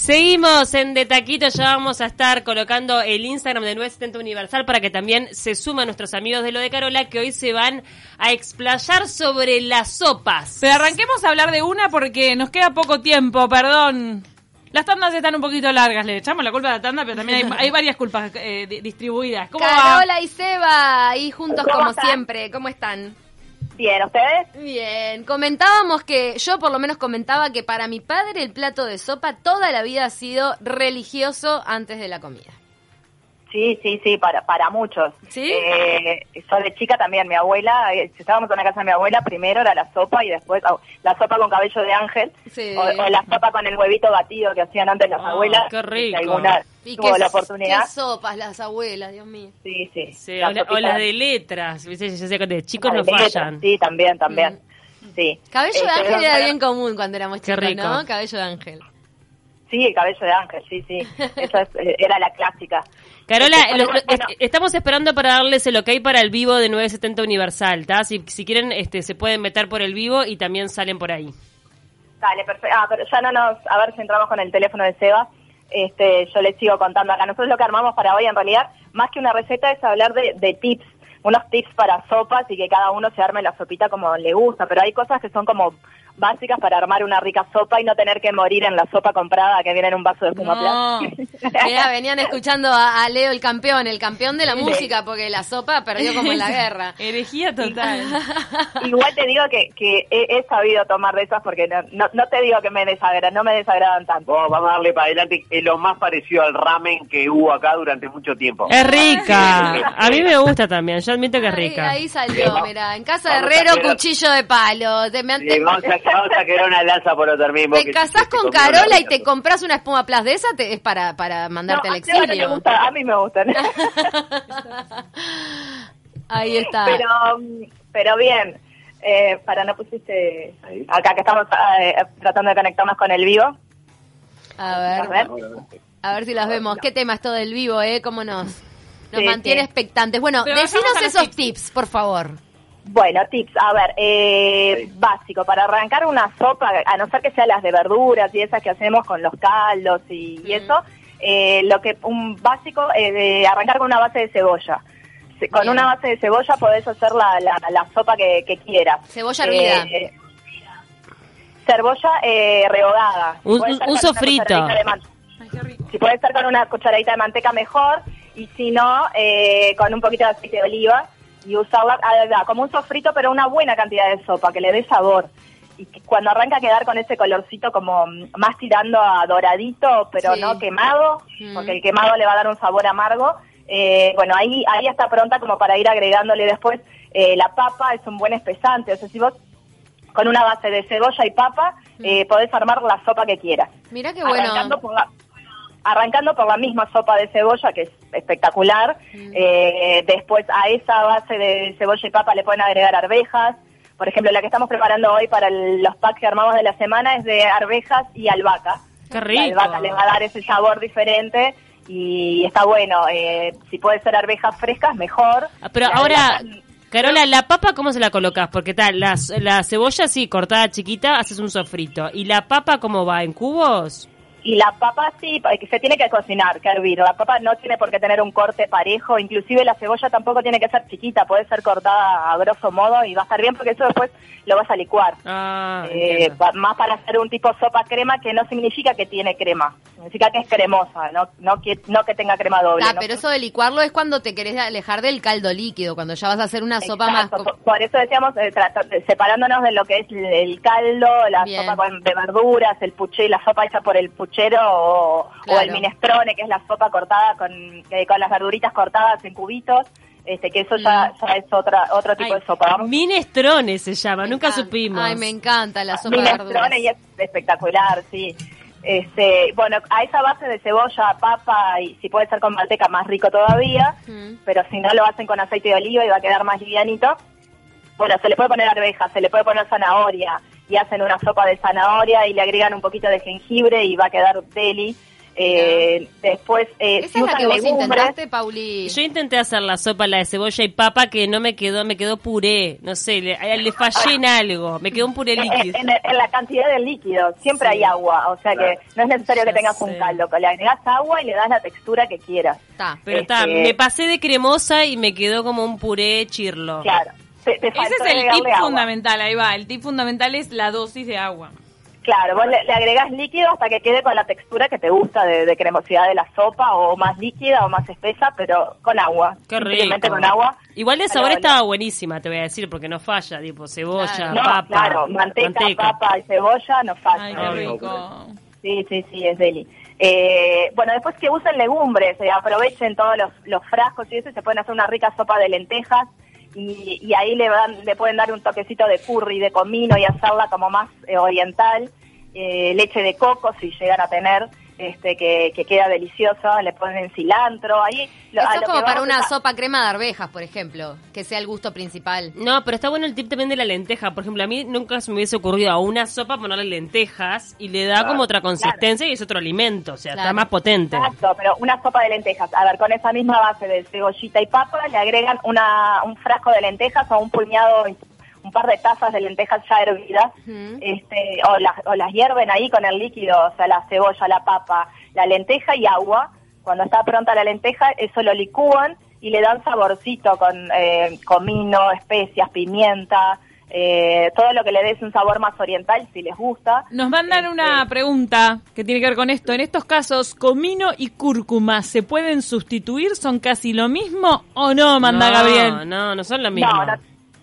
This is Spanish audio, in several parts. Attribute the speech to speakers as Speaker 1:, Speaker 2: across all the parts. Speaker 1: Seguimos en De Taquito, ya vamos a estar colocando el Instagram de 970 Universal para que también se suman nuestros amigos de lo de Carola que hoy se van a explayar sobre las sopas.
Speaker 2: Pero arranquemos a hablar de una porque nos queda poco tiempo, perdón. Las tandas están un poquito largas, le echamos la culpa a la tanda, pero también hay, hay varias culpas eh, di- distribuidas. ¿Cómo va?
Speaker 3: Carola y Seba, ahí juntos
Speaker 4: ¿Cómo
Speaker 3: como
Speaker 4: están?
Speaker 3: siempre. ¿Cómo están?
Speaker 4: Bien, ¿ustedes?
Speaker 3: Bien, comentábamos que yo por lo menos comentaba que para mi padre el plato de sopa toda la vida ha sido religioso antes de la comida.
Speaker 4: Sí, sí, sí, para, para muchos.
Speaker 3: ¿Sí?
Speaker 4: Eh, yo de chica también, mi abuela, eh, si estábamos en la casa de mi abuela, primero era la sopa y después au, la sopa con cabello de ángel
Speaker 3: Sí.
Speaker 4: o, o la sopa con el huevito batido que hacían antes las
Speaker 1: Ah,
Speaker 4: abuelas.
Speaker 1: qué rico.
Speaker 4: Si alguna tuvo la oportunidad.
Speaker 3: qué sopas las abuelas, Dios mío.
Speaker 4: Sí, sí.
Speaker 1: Sí,
Speaker 4: La
Speaker 1: o, la- o
Speaker 4: sopita
Speaker 1: las de letras, ¿viste? Ya sé que de chicos no
Speaker 4: de letras,
Speaker 1: fallan. Mm.
Speaker 4: Sí, también, también. Sí.
Speaker 3: Cabello de
Speaker 4: Este,
Speaker 3: ángel
Speaker 4: para-
Speaker 3: era bien común cuando éramos
Speaker 1: Qué
Speaker 3: chicos,
Speaker 1: rico.
Speaker 3: ¿no? Cabello de ángel.
Speaker 4: Sí, el cabello de ángel, sí, sí. Esa es, eh, era la clásica.
Speaker 1: Carola,
Speaker 4: Este,
Speaker 1: lo-
Speaker 4: bueno,
Speaker 1: lo-
Speaker 4: bueno,
Speaker 1: est- estamos esperando para darles el ok para el vivo de 970 Universal, ¿tá? Si, si quieren, este, se pueden meter por el vivo y también salen por ahí.
Speaker 4: Dale, perfecto. Ah, pero ya no nos. A ver si entramos con el teléfono de Seba. Este, yo les sigo contando acá. Nosotros lo que armamos para hoy, en realidad, más que una receta, es hablar de, de tips. Unos tips para sopas y que cada uno se arme la sopita como le gusta. Pero hay cosas que son como básicas para armar una rica sopa y no tener que morir en la sopa comprada que viene en un vaso de espuma
Speaker 3: No. Mirá, venían escuchando a, a Leo el campeón, el campeón de la música, porque la sopa perdió como en la guerra.
Speaker 2: Herejía total.
Speaker 4: Igual te digo que, que he, he sabido tomar de esas porque no, no, no te digo que me desagradan, no me desagradan tanto.
Speaker 5: Vamos, vamos a darle para adelante. Es lo más parecido al ramen que hubo acá durante mucho
Speaker 4: Oh.
Speaker 5: tiempo.
Speaker 1: Es rica. A mí me gusta también, yo admito que es
Speaker 3: Ahí,
Speaker 1: rica.
Speaker 3: ahí salió, mira, en casa de
Speaker 5: Vamos a
Speaker 3: Herrero,
Speaker 5: quedar-
Speaker 3: cuchillo de palo. Te, me-
Speaker 5: Eh,
Speaker 3: te-
Speaker 5: vamos, a, vamos a quedar una lanza por otro mismo.
Speaker 3: te
Speaker 5: que-
Speaker 3: casás
Speaker 5: que
Speaker 3: con
Speaker 5: comió la
Speaker 3: Carola y
Speaker 5: vida.
Speaker 3: te compras una espuma plas de esa, te- es para, para mandarte
Speaker 4: No,
Speaker 3: al
Speaker 4: a Seba no le
Speaker 3: exilio.
Speaker 4: gusta, a mí me gustan.
Speaker 3: Ahí está.
Speaker 4: pero, mm, pero bien, eh, para no pusiste acá que estamos eh, tratando de conectarnos con el vivo.
Speaker 3: A
Speaker 4: A
Speaker 3: ver,
Speaker 4: ver.
Speaker 3: a ver si las vemos. Qué temas todo el vivo, ¿eh? ¿Cómo nos, nos
Speaker 4: Sí,
Speaker 3: mantiene
Speaker 4: sí.
Speaker 3: expectantes? Bueno,
Speaker 2: Pero
Speaker 3: decinos
Speaker 2: vayamos a los
Speaker 3: esos tips. por favor.
Speaker 4: Bueno, tips, a ver, eh, básico, para arrancar una sopa, a no ser que sea las de verduras y esas que hacemos con los caldos y, y eso, eh, lo que un básico es de arrancar con una base de cebolla. Se- Con
Speaker 3: Bien.
Speaker 4: una base de cebolla podés hacer la, la, la sopa que, que quieras.
Speaker 3: Cebolla hervida.
Speaker 4: Eh, cebolla eh, rehogada.
Speaker 1: Un-
Speaker 4: Puede
Speaker 1: un- un
Speaker 4: ser con una
Speaker 1: sofrito.
Speaker 4: cucharadita de man-
Speaker 2: Ay, qué rico.
Speaker 4: si puede estar con una cucharadita de manteca mejor y si no, eh, con un poquito de aceite de oliva y usarla ah, ah, como un sofrito, pero una buena cantidad de sopa, que le dé sabor. Y que cuando arranca a quedar con ese colorcito como mm, más tirando a doradito, pero
Speaker 3: Sí.
Speaker 4: no quemado,
Speaker 3: Mm.
Speaker 4: porque el quemado le va a dar un sabor amargo. eh, bueno, ahí, ahí está pronta como para ir agregándole después eh, la papa, es un buen espesante. O sea, si vos con una base de cebolla y papa eh, podés armar la sopa que quieras.
Speaker 3: Mira qué bueno.
Speaker 4: Arrancando por, la, arrancando por la misma sopa de cebolla, que es espectacular.
Speaker 1: Mm.
Speaker 4: Eh, después a esa base de cebolla y papa le pueden agregar arvejas. Por ejemplo, la que estamos preparando hoy para el- los packs que armamos de la semana es de arvejas y albahaca.
Speaker 1: Qué
Speaker 4: La
Speaker 1: rico.
Speaker 4: albahaca le va a dar ese sabor diferente y está bueno. Eh, si puede ser arvejas frescas, mejor.
Speaker 1: Ah, Pero
Speaker 4: La
Speaker 1: ahora,
Speaker 4: albahaca-
Speaker 1: Carola, la papa, ¿cómo se la colocas? Porque tal, la, la cebolla así, cortada chiquita, haces un sofrito. ¿Y la papa cómo va? ¿En cubos?
Speaker 4: Y la papa sí, que se tiene que cocinar, que hervir. La papa no tiene por qué tener un corte parejo, inclusive la cebolla tampoco tiene que ser chiquita, puede ser cortada a grosso modo y va a estar bien porque eso después lo vas a licuar.
Speaker 1: Ah,
Speaker 4: Eh,
Speaker 1: entiendo.
Speaker 4: pa- más para hacer un tipo sopa crema que no significa que tiene crema, significa que es cremosa, no, no, que, no que tenga crema doble.
Speaker 3: Ah,
Speaker 4: ¿no?
Speaker 3: pero eso de licuarlo es cuando te querés alejar del caldo líquido, cuando ya vas a hacer una sopa más...
Speaker 4: Exacto,
Speaker 3: co-
Speaker 4: por- Por eso decíamos, eh, trata- separándonos de lo que es el- el caldo, la
Speaker 3: Bien.
Speaker 4: sopa con- de verduras, el puché, la sopa hecha por el puchero o,
Speaker 3: Claro.
Speaker 4: o el minestrone, que es la sopa cortada con, eh, con las verduritas cortadas en cubitos, este, que eso ya,
Speaker 3: Mm.
Speaker 4: ya es otra, otro tipo
Speaker 1: Ay,
Speaker 4: de sopa. Vamos,
Speaker 1: minestrone se llama,
Speaker 3: Me
Speaker 1: nunca
Speaker 3: encanta.
Speaker 1: supimos.
Speaker 3: Ay, me encanta la sopa de verduras.
Speaker 4: minestrone y es espectacular, sí. Este, bueno, a esa base de cebolla, papa y si puede ser con manteca más rico todavía,
Speaker 3: Mm.
Speaker 4: pero si no lo hacen con aceite de oliva y va a quedar más livianito. Bueno, se le puede poner arvejas, se le puede poner zanahoria y hacen una sopa de zanahoria y le agregan un poquito de jengibre y va a quedar deli. Eh, después, eh,
Speaker 3: Esa
Speaker 4: si
Speaker 3: es la
Speaker 4: usan
Speaker 3: que vos
Speaker 4: legumbres-
Speaker 3: intentaste, Pauli.
Speaker 1: Yo intenté hacer la sopa, la de cebolla y papa, que no me quedó, me quedó puré. No sé, le, le fallé en algo. Me quedó un puré líquido.
Speaker 4: En, en- en la cantidad de líquido, siempre hay agua, o sea
Speaker 5: Claro.
Speaker 4: que no es necesario
Speaker 1: Ya
Speaker 4: que tengas un
Speaker 1: sé.
Speaker 4: caldo, que le agregas agua y le das la textura que quieras.
Speaker 3: Está.
Speaker 1: Pero está,
Speaker 4: Este-
Speaker 1: me pasé de cremosa y me quedó como un puré chirlo.
Speaker 4: Claro. Te- te
Speaker 2: Ese
Speaker 4: faltó
Speaker 2: es el
Speaker 4: agregarle
Speaker 2: tip
Speaker 4: agua.
Speaker 2: fundamental, ahí va. El tip fundamental es la dosis de agua.
Speaker 4: Claro, vos le, le agregás líquido hasta que quede con la textura que te gusta de, de cremosidad de la sopa, o más líquida o más espesa, pero con agua.
Speaker 1: Qué
Speaker 4: Simplemente
Speaker 1: rico.
Speaker 4: con agua.
Speaker 1: Igual de
Speaker 4: Pero
Speaker 1: sabor
Speaker 4: lo-
Speaker 1: estaba buenísima, te voy a decir, porque no falla, tipo cebolla,
Speaker 3: Claro.
Speaker 4: No,
Speaker 1: papa,
Speaker 4: claro, manteca, papa y cebolla no falla.
Speaker 2: Ay,
Speaker 1: Ah,
Speaker 2: qué
Speaker 1: bien.
Speaker 2: rico.
Speaker 4: Sí, sí, sí, es deli. Eh, bueno, después que usen legumbres, eh, aprovechen todos los, los frascos y eso, y se pueden hacer una rica sopa de lentejas y, y ahí le, van, le pueden dar un toquecito de curry, de comino y hacerla como más eh, oriental. Eh, leche de coco, si llegan a tener, este que, que queda deliciosa, le ponen cilantro. Ahí, lo- a
Speaker 3: Eso
Speaker 4: lo
Speaker 3: es
Speaker 4: que
Speaker 3: como para
Speaker 4: vamos
Speaker 3: una
Speaker 4: es a-
Speaker 3: sopa crema de arvejas, por ejemplo, que sea el gusto principal.
Speaker 1: No, pero está bueno el tip también de la lenteja. Por ejemplo, a mí nunca se me hubiese ocurrido a una sopa ponerle lentejas y le da como otra consistencia y es otro alimento, o sea, está
Speaker 3: Claro.
Speaker 1: más potente.
Speaker 4: Exacto, pero una sopa de lentejas. A ver, con esa misma base de cebollita y papa le agregan una, un frasco de lentejas o un puñado, un par de tazas de lentejas ya hervidas,
Speaker 3: Ujú.
Speaker 4: este, o, las, o las hierven ahí con el líquido, o sea, la cebolla, la papa, la lenteja y agua. Cuando está pronta la lenteja, eso lo licúan y le dan saborcito con eh, comino, especias, pimienta, eh, todo lo que le des un sabor más oriental si les gusta.
Speaker 2: Nos mandan
Speaker 4: Este.
Speaker 2: una pregunta que tiene que ver con esto. En estos casos, comino y cúrcuma, ¿se pueden sustituir? ¿Son casi lo mismo o no? Manda
Speaker 1: no,
Speaker 2: Gabriel.
Speaker 1: No, no son lo mismo.
Speaker 4: No, no,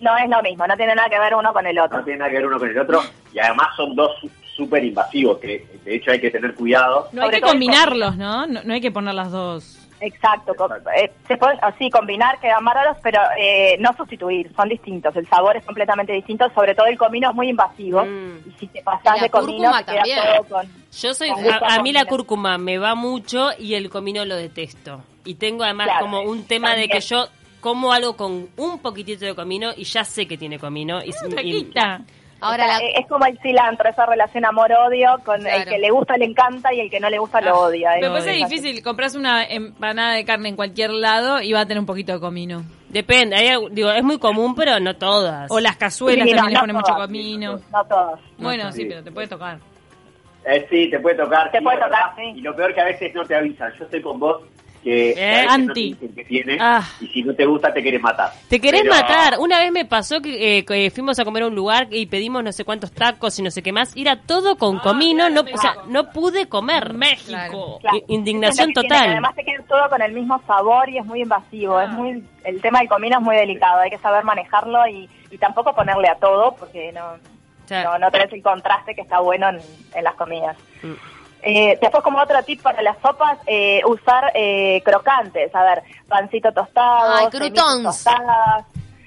Speaker 4: no es lo mismo, no tiene nada que ver uno con el otro.
Speaker 5: No tiene nada que ver uno con el otro. Y además son dos súper invasivos, que de hecho hay que tener cuidado.
Speaker 2: No hay
Speaker 4: Sobre
Speaker 2: que
Speaker 4: todo el
Speaker 2: combinarlos, ¿no? ¿no? no hay que poner las dos.
Speaker 4: Exacto, co- eh, se pueden así combinar, quedan bárbaros, pero eh, no sustituir, son distintos, el sabor es completamente distinto, sobre todo el comino es muy invasivo,
Speaker 1: Mm.
Speaker 4: y si te pasás
Speaker 3: Y la
Speaker 4: de comino
Speaker 3: cúrcuma
Speaker 4: te queda
Speaker 3: también.
Speaker 4: todo con...
Speaker 1: Yo soy,
Speaker 4: Con gusto
Speaker 1: a, a mí la
Speaker 4: comino.
Speaker 1: cúrcuma me va mucho y el comino lo detesto. Y tengo además
Speaker 4: Claro,
Speaker 1: como un tema de que
Speaker 4: también.
Speaker 1: yo como algo con un poquitito de comino y ya sé que tiene comino. Y, y-
Speaker 2: Taquita.
Speaker 3: Ahora,
Speaker 4: o sea,
Speaker 3: la-
Speaker 4: eh, Es como el cilantro, esa relación amor-odio, con el
Speaker 3: Claro. Ah,
Speaker 4: que le gusta le encanta y el que no le gusta lo odia.
Speaker 2: Me
Speaker 4: es-
Speaker 2: parece
Speaker 4: es así.
Speaker 2: difícil. Compras una empanada de carne en cualquier lado y va a tener un poquito de comino.
Speaker 1: depende, hay algo- digo, es muy común, pero no todas.
Speaker 2: O las cazuelas
Speaker 4: Sí, no,
Speaker 2: también le
Speaker 4: no
Speaker 2: ponen mucho
Speaker 4: todas.
Speaker 2: comino.
Speaker 4: No todos.
Speaker 2: Bueno, sí,
Speaker 5: Sí.
Speaker 2: pero te puede tocar.
Speaker 5: Eh, sí, te puede tocar.
Speaker 4: Te
Speaker 5: sí,
Speaker 4: puede
Speaker 5: la verdad.
Speaker 4: tocar, sí.
Speaker 5: Y lo peor que a veces no te avisan. Yo estoy con vos que
Speaker 1: Eh,
Speaker 5: que a veces no te
Speaker 2: anti.
Speaker 5: dicen que tiene
Speaker 2: Ah.
Speaker 5: y si no te gusta te quieres matar.
Speaker 1: Te querés
Speaker 5: Pero-
Speaker 1: matar. Una vez me pasó que, eh, que fuimos a comer a un lugar y pedimos no sé cuántos tacos y no sé qué más. Era todo
Speaker 4: Ah,
Speaker 1: con comino. no, o sea, no pude comer. México.
Speaker 3: Claro.
Speaker 4: Claro.
Speaker 1: Indignación
Speaker 4: Eso es lo que tiene, que
Speaker 1: total.
Speaker 4: Además te queda todo con el mismo sabor y es muy invasivo.
Speaker 3: Ah.
Speaker 4: Es muy, el tema del comino es muy delicado, hay que saber manejarlo y, y tampoco ponerle a todo porque no,
Speaker 1: Claro.
Speaker 4: no, no tenés el contraste que está bueno en, en las comidas.
Speaker 1: Mm.
Speaker 4: Eh, después como otro tip para las sopas, eh, usar eh, crocantes, a ver, pancito tostado,
Speaker 3: Ay,
Speaker 4: semitas
Speaker 3: croutons.
Speaker 4: tostadas.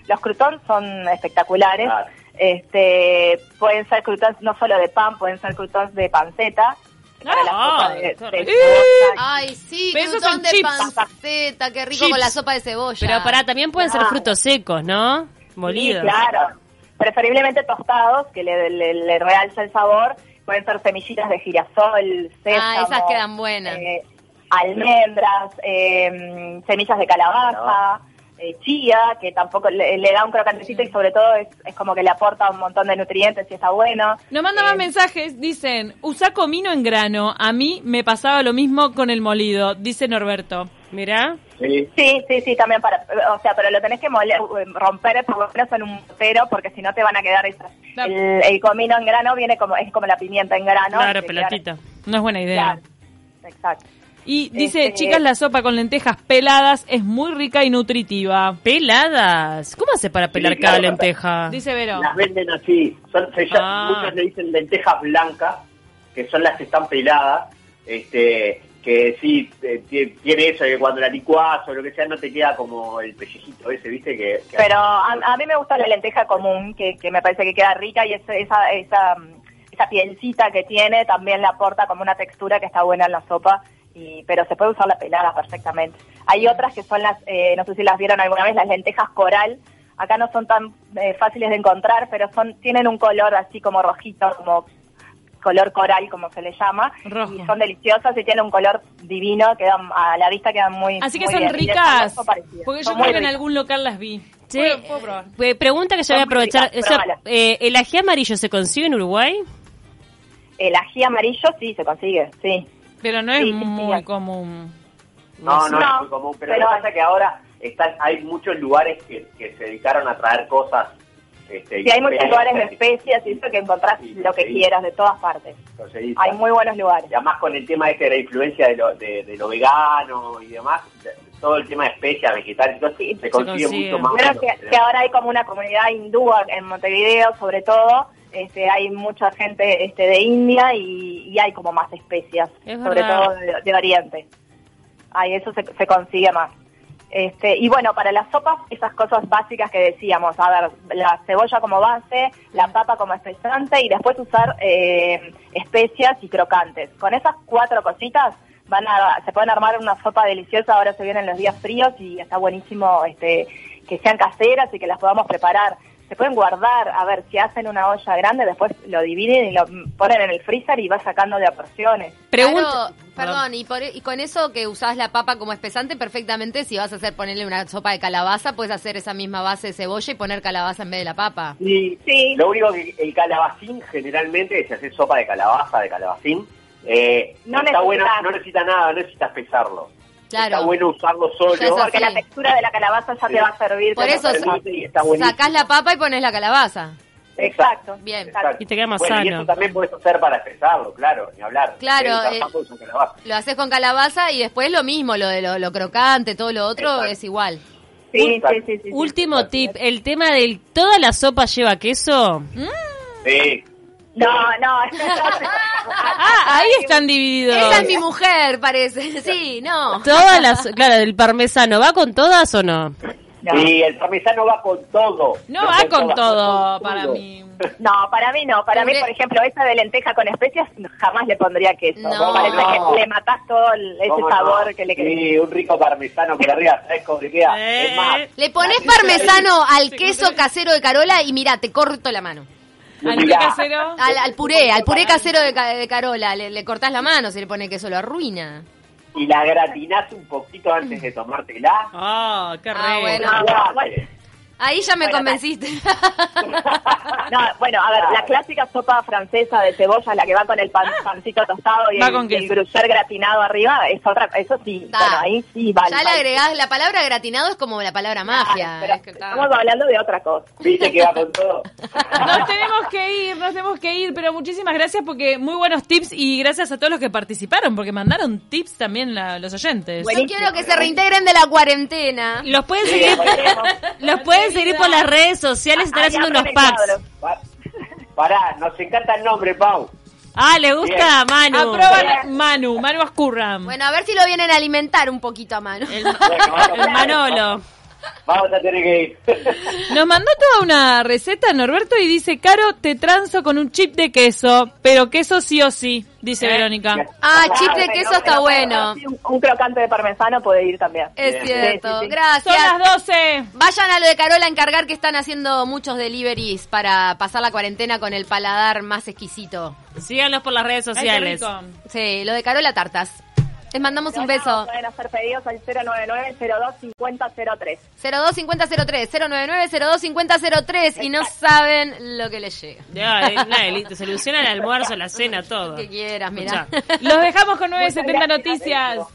Speaker 4: Los croutons son espectaculares.
Speaker 5: Claro.
Speaker 4: Este, pueden ser croutons no solo de pan, pueden ser croutons de panceta. para la sopa
Speaker 1: Ah,
Speaker 4: de-
Speaker 1: qué
Speaker 4: de
Speaker 1: rico. Ah,
Speaker 4: cebolla.
Speaker 3: Ay, sí,
Speaker 2: Pero esos
Speaker 3: crutón
Speaker 2: son
Speaker 3: de
Speaker 2: chips.
Speaker 3: panceta, qué rico
Speaker 1: Chips.
Speaker 3: con la sopa de cebolla.
Speaker 1: Pero pará, también pueden ser
Speaker 4: Claro.
Speaker 1: frutos secos, ¿no?
Speaker 4: Sí,
Speaker 1: Molidos.
Speaker 4: claro. Preferiblemente tostados, que le, le- le realza el sabor. Pueden ser semillitas de girasol, sésamo.
Speaker 3: Ah, esas quedan buenas.
Speaker 4: eh, almendras, eh, semillas de calabaza, eh, chía, que tampoco le, le da un crocantecito y sobre todo es, es como que le aporta un montón de nutrientes y está bueno.
Speaker 2: Nos mandan más
Speaker 4: Eh,
Speaker 2: mensajes, dicen, usa comino en grano. A mí me pasaba lo mismo con el molido, dice Norberto.
Speaker 1: Mirá.
Speaker 5: Sí.
Speaker 4: Sí, sí, sí, también para, o sea, pero lo tenés que moler, romper por lo menos en un mortero porque si no te van a quedar esas.
Speaker 2: Claro.
Speaker 4: El, el comino en grano viene como, es como la pimienta en grano.
Speaker 1: claro,
Speaker 4: te quedan-
Speaker 1: pelotita.
Speaker 2: No es buena idea.
Speaker 4: Claro, exacto.
Speaker 2: Y dice,
Speaker 4: Este-
Speaker 2: chicas, la sopa con lentejas peladas es muy rica y nutritiva.
Speaker 1: Peladas. ¿Cómo hace para pelar
Speaker 5: Sí,
Speaker 1: cada
Speaker 5: claro.
Speaker 1: lenteja?
Speaker 2: Dice Vero.
Speaker 5: Las venden así. Son, se llaman-
Speaker 1: Ah.
Speaker 5: Muchos le dicen lentejas blancas, que son las que están peladas. Este, que sí, eh, tie- tiene eso, que cuando la licuás o lo que sea no te queda como el pellejito ese, ¿viste? Que, que-
Speaker 4: Pero a, a mí me gusta la lenteja común, que, que me parece que queda rica y ese- esa, esa, mm, esa pielcita que tiene también le aporta como una textura que está buena en la sopa, y, pero se puede usar la pelada perfectamente. Hay otras que son las, eh, no sé si las vieron alguna vez, las lentejas coral. Acá no son tan eh, fáciles de encontrar, pero son tienen un color así como rojito, como color coral, como se le llama.
Speaker 2: Rojo.
Speaker 4: Y son deliciosas y tienen un color divino, quedan a la vista quedan muy
Speaker 2: Así que
Speaker 4: muy
Speaker 2: son
Speaker 4: bien. Y les
Speaker 2: ricas.
Speaker 4: conozco parecidas.
Speaker 2: Porque yo
Speaker 4: Son
Speaker 2: creo
Speaker 4: muy
Speaker 2: que en
Speaker 4: ricas.
Speaker 2: algún local las vi.
Speaker 1: Sí.
Speaker 2: Puedo- puedo probar.
Speaker 1: Eh, pregunta que yo voy a
Speaker 4: Son
Speaker 1: aprovechar.
Speaker 4: ricas,
Speaker 1: Esa-
Speaker 4: pruébala.
Speaker 1: eh, ¿El ají amarillo se consigue en Uruguay?
Speaker 4: El ají amarillo sí se consigue, sí.
Speaker 2: Pero no es
Speaker 4: Sí, sí, sí,
Speaker 2: muy
Speaker 4: hay.
Speaker 2: común.
Speaker 5: No, no,
Speaker 4: No,
Speaker 5: es muy común. Pero,
Speaker 4: pero-
Speaker 5: lo que pasa es que ahora están, hay muchos lugares que, que se dedicaron a traer cosas. Este,
Speaker 4: Sí, hay muchos lugares de
Speaker 5: especies,
Speaker 4: especias y eso que encontrás
Speaker 5: Sí,
Speaker 4: lo que
Speaker 5: sí.
Speaker 4: quieras de todas partes.
Speaker 5: conseguís.
Speaker 4: Hay muy buenos lugares.
Speaker 5: Y además con el tema este de la influencia de lo, de, de lo vegano y demás, de- todo el tema de especias, vegetales, y todo,
Speaker 4: Sí,
Speaker 5: se consigue,
Speaker 1: consigue.
Speaker 5: mucho más.
Speaker 4: Primero que, que ahora hay como una comunidad hindú en Montevideo, sobre todo. Este, hay mucha gente este, de India y, y hay como más especias,
Speaker 1: Es
Speaker 4: sobre
Speaker 1: verdad.
Speaker 4: todo de, de Oriente. Ahí eso se, se consigue más. Este, y bueno, para las sopas, esas cosas básicas que decíamos, a ver, la cebolla como base, la papa como espesante y después usar eh, especias y crocantes. Con esas cuatro cositas van a, se pueden armar una sopa deliciosa, ahora se vienen los días fríos y está buenísimo este, que sean caseras y que las podamos preparar. Se pueden guardar, a ver, si hacen una olla grande, después lo dividen y lo ponen en el freezer y va sacando de a porciones.
Speaker 1: Pregunta.
Speaker 3: Claro, perdón, y, por- e, y con eso que usás la papa como espesante, perfectamente, si vas a hacer ponerle una sopa de calabaza, puedes hacer esa misma base de cebolla y poner calabaza en vez de la papa.
Speaker 5: Y
Speaker 4: Sí.
Speaker 5: lo único que el calabacín generalmente, si haces sopa de calabaza, de calabacín, eh,
Speaker 4: No
Speaker 5: está
Speaker 4: necesitas.
Speaker 5: bueno, no necesita nada, no necesitas pesarlo.
Speaker 3: Claro.
Speaker 5: Está bueno usarlo
Speaker 3: Ya es
Speaker 5: solo.
Speaker 4: Porque
Speaker 3: Sí.
Speaker 4: la textura de la calabaza ya
Speaker 5: Sí.
Speaker 4: te va a servir.
Speaker 3: Por
Speaker 4: como
Speaker 3: eso
Speaker 4: para-
Speaker 3: sa-
Speaker 5: Y está buenísimo.
Speaker 3: sacás la papa y pones la calabaza.
Speaker 4: Exacto.
Speaker 3: Bien.
Speaker 1: Y te queda más
Speaker 5: Bueno, Y
Speaker 1: sano.
Speaker 5: eso también puedes hacer para expresarlo, claro, ni hablar.
Speaker 3: Claro,
Speaker 5: Usar
Speaker 3: eh,
Speaker 5: papa, usar calabaza.
Speaker 3: Lo haces con calabaza y después lo mismo, lo de lo, lo crocante, todo lo otro
Speaker 5: Exacto.
Speaker 3: es igual.
Speaker 4: Sí,
Speaker 5: Exacto.
Speaker 4: sí, sí, sí, sí.
Speaker 1: Último tip, el tema del toda la sopa lleva queso.
Speaker 5: Sí.
Speaker 4: No, no.
Speaker 2: Ah, ahí están divididos.
Speaker 3: Esa es mi mujer, parece. Sí, no.
Speaker 1: Todas las, claro, el parmesano, ¿va con todas o no?
Speaker 4: No.
Speaker 5: Y el parmesano va con todo.
Speaker 2: No va con
Speaker 5: todas,
Speaker 2: todo
Speaker 5: con
Speaker 2: para
Speaker 5: todo.
Speaker 2: mí.
Speaker 4: No, para mí no. Para mí,
Speaker 3: Pobre-
Speaker 4: por ejemplo, esa de lenteja con especias jamás le pondría queso.
Speaker 3: No.
Speaker 4: Parece
Speaker 5: No.
Speaker 4: que le matás todo el- ese
Speaker 5: ¿Cómo
Speaker 4: sabor
Speaker 5: no?
Speaker 4: que le querés.
Speaker 5: Sí, un rico parmesano por arriba, ¿sabes cómo le queda?
Speaker 2: Eh,
Speaker 5: Es más,
Speaker 3: Le pones parmesano al queso casero de Carola y mira, te corto la mano.
Speaker 2: Al
Speaker 5: Mirá.
Speaker 2: casero.
Speaker 3: Al, al puré, al puré casero de, Ca- de Carola. Le, le cortás la mano si le pone queso, lo arruina.
Speaker 5: y la gratinás un poquito antes de tomártela.
Speaker 1: Ah, qué
Speaker 3: Ah,
Speaker 1: re.
Speaker 3: bueno.
Speaker 4: No,
Speaker 5: Guau.
Speaker 4: bueno.
Speaker 3: Ahí ya me
Speaker 4: Bueno,
Speaker 3: convenciste.
Speaker 4: No, bueno, a ver, la clásica sopa francesa de cebolla, la que va con el pan-
Speaker 3: Ah.
Speaker 4: pancito tostado y
Speaker 2: Va
Speaker 4: el,
Speaker 2: con
Speaker 4: y el
Speaker 2: queso.
Speaker 4: gruyère gratinado arriba, es otra, eso sí,
Speaker 3: Ta.
Speaker 4: bueno, ahí sí vale.
Speaker 3: ya le
Speaker 4: vale.
Speaker 3: agregás, la palabra gratinado es como la palabra magia.
Speaker 4: Pero
Speaker 3: es que está-
Speaker 4: estamos hablando de otra cosa.
Speaker 5: ¿Viste que va con todo?
Speaker 2: Nos tenemos que ir, nos tenemos que ir, pero muchísimas gracias porque muy buenos tips y gracias a todos los que participaron porque mandaron tips también la- los oyentes.
Speaker 3: Yo quiero que se reintegren de la cuarentena.
Speaker 1: Los pueden seguir, los pueden seguir por las redes sociales, están
Speaker 4: Ahí
Speaker 1: haciendo
Speaker 4: abren
Speaker 1: unos
Speaker 4: el
Speaker 1: packs.
Speaker 4: cuadro.
Speaker 5: Pa- Pará, nos encanta el nombre, Pau.
Speaker 1: Ah, le gusta a
Speaker 5: Bien.
Speaker 1: Manu.
Speaker 2: Aprueba Manu, Manu Ascurra.
Speaker 3: Bueno, a ver si lo vienen a alimentar un poquito a mano.
Speaker 1: El,
Speaker 5: Bueno, vamos,
Speaker 1: el Manolo.
Speaker 5: Vamos a tener que ir.
Speaker 2: Nos mandó toda una receta Norberto y dice, Caro, te tranzo con un chip de queso, pero queso sí o sí, dice
Speaker 1: Eh.
Speaker 2: Verónica.
Speaker 3: Ah, chip
Speaker 4: Claro,
Speaker 3: de
Speaker 4: pero-
Speaker 3: queso
Speaker 4: pero-
Speaker 3: está
Speaker 4: pero
Speaker 3: bueno. Eh,
Speaker 4: sí, un, un crocante de parmesano puede ir también.
Speaker 3: Es
Speaker 5: Bien.
Speaker 3: cierto.
Speaker 4: Sí, sí, sí.
Speaker 2: Son
Speaker 3: Gracias.
Speaker 2: las 12.
Speaker 3: Vayan a lo de Carola a encargar que están haciendo muchos deliveries para pasar la cuarentena con el paladar más exquisito.
Speaker 1: Síganlos por las redes sociales.
Speaker 2: Ay, qué rico.
Speaker 3: Sí, lo de Carola Tartas. Les mandamos un beso.
Speaker 4: Pueden hacer pedidos al 099-025003.
Speaker 3: 025003, 099-025003 y no saben lo que les llega.
Speaker 1: Ya, eh, nada, listo, se soluciona el almuerzo, la cena, todo.
Speaker 3: Que quieras, mirá.
Speaker 1: Escuchá.
Speaker 2: Los dejamos con 970 Noticias.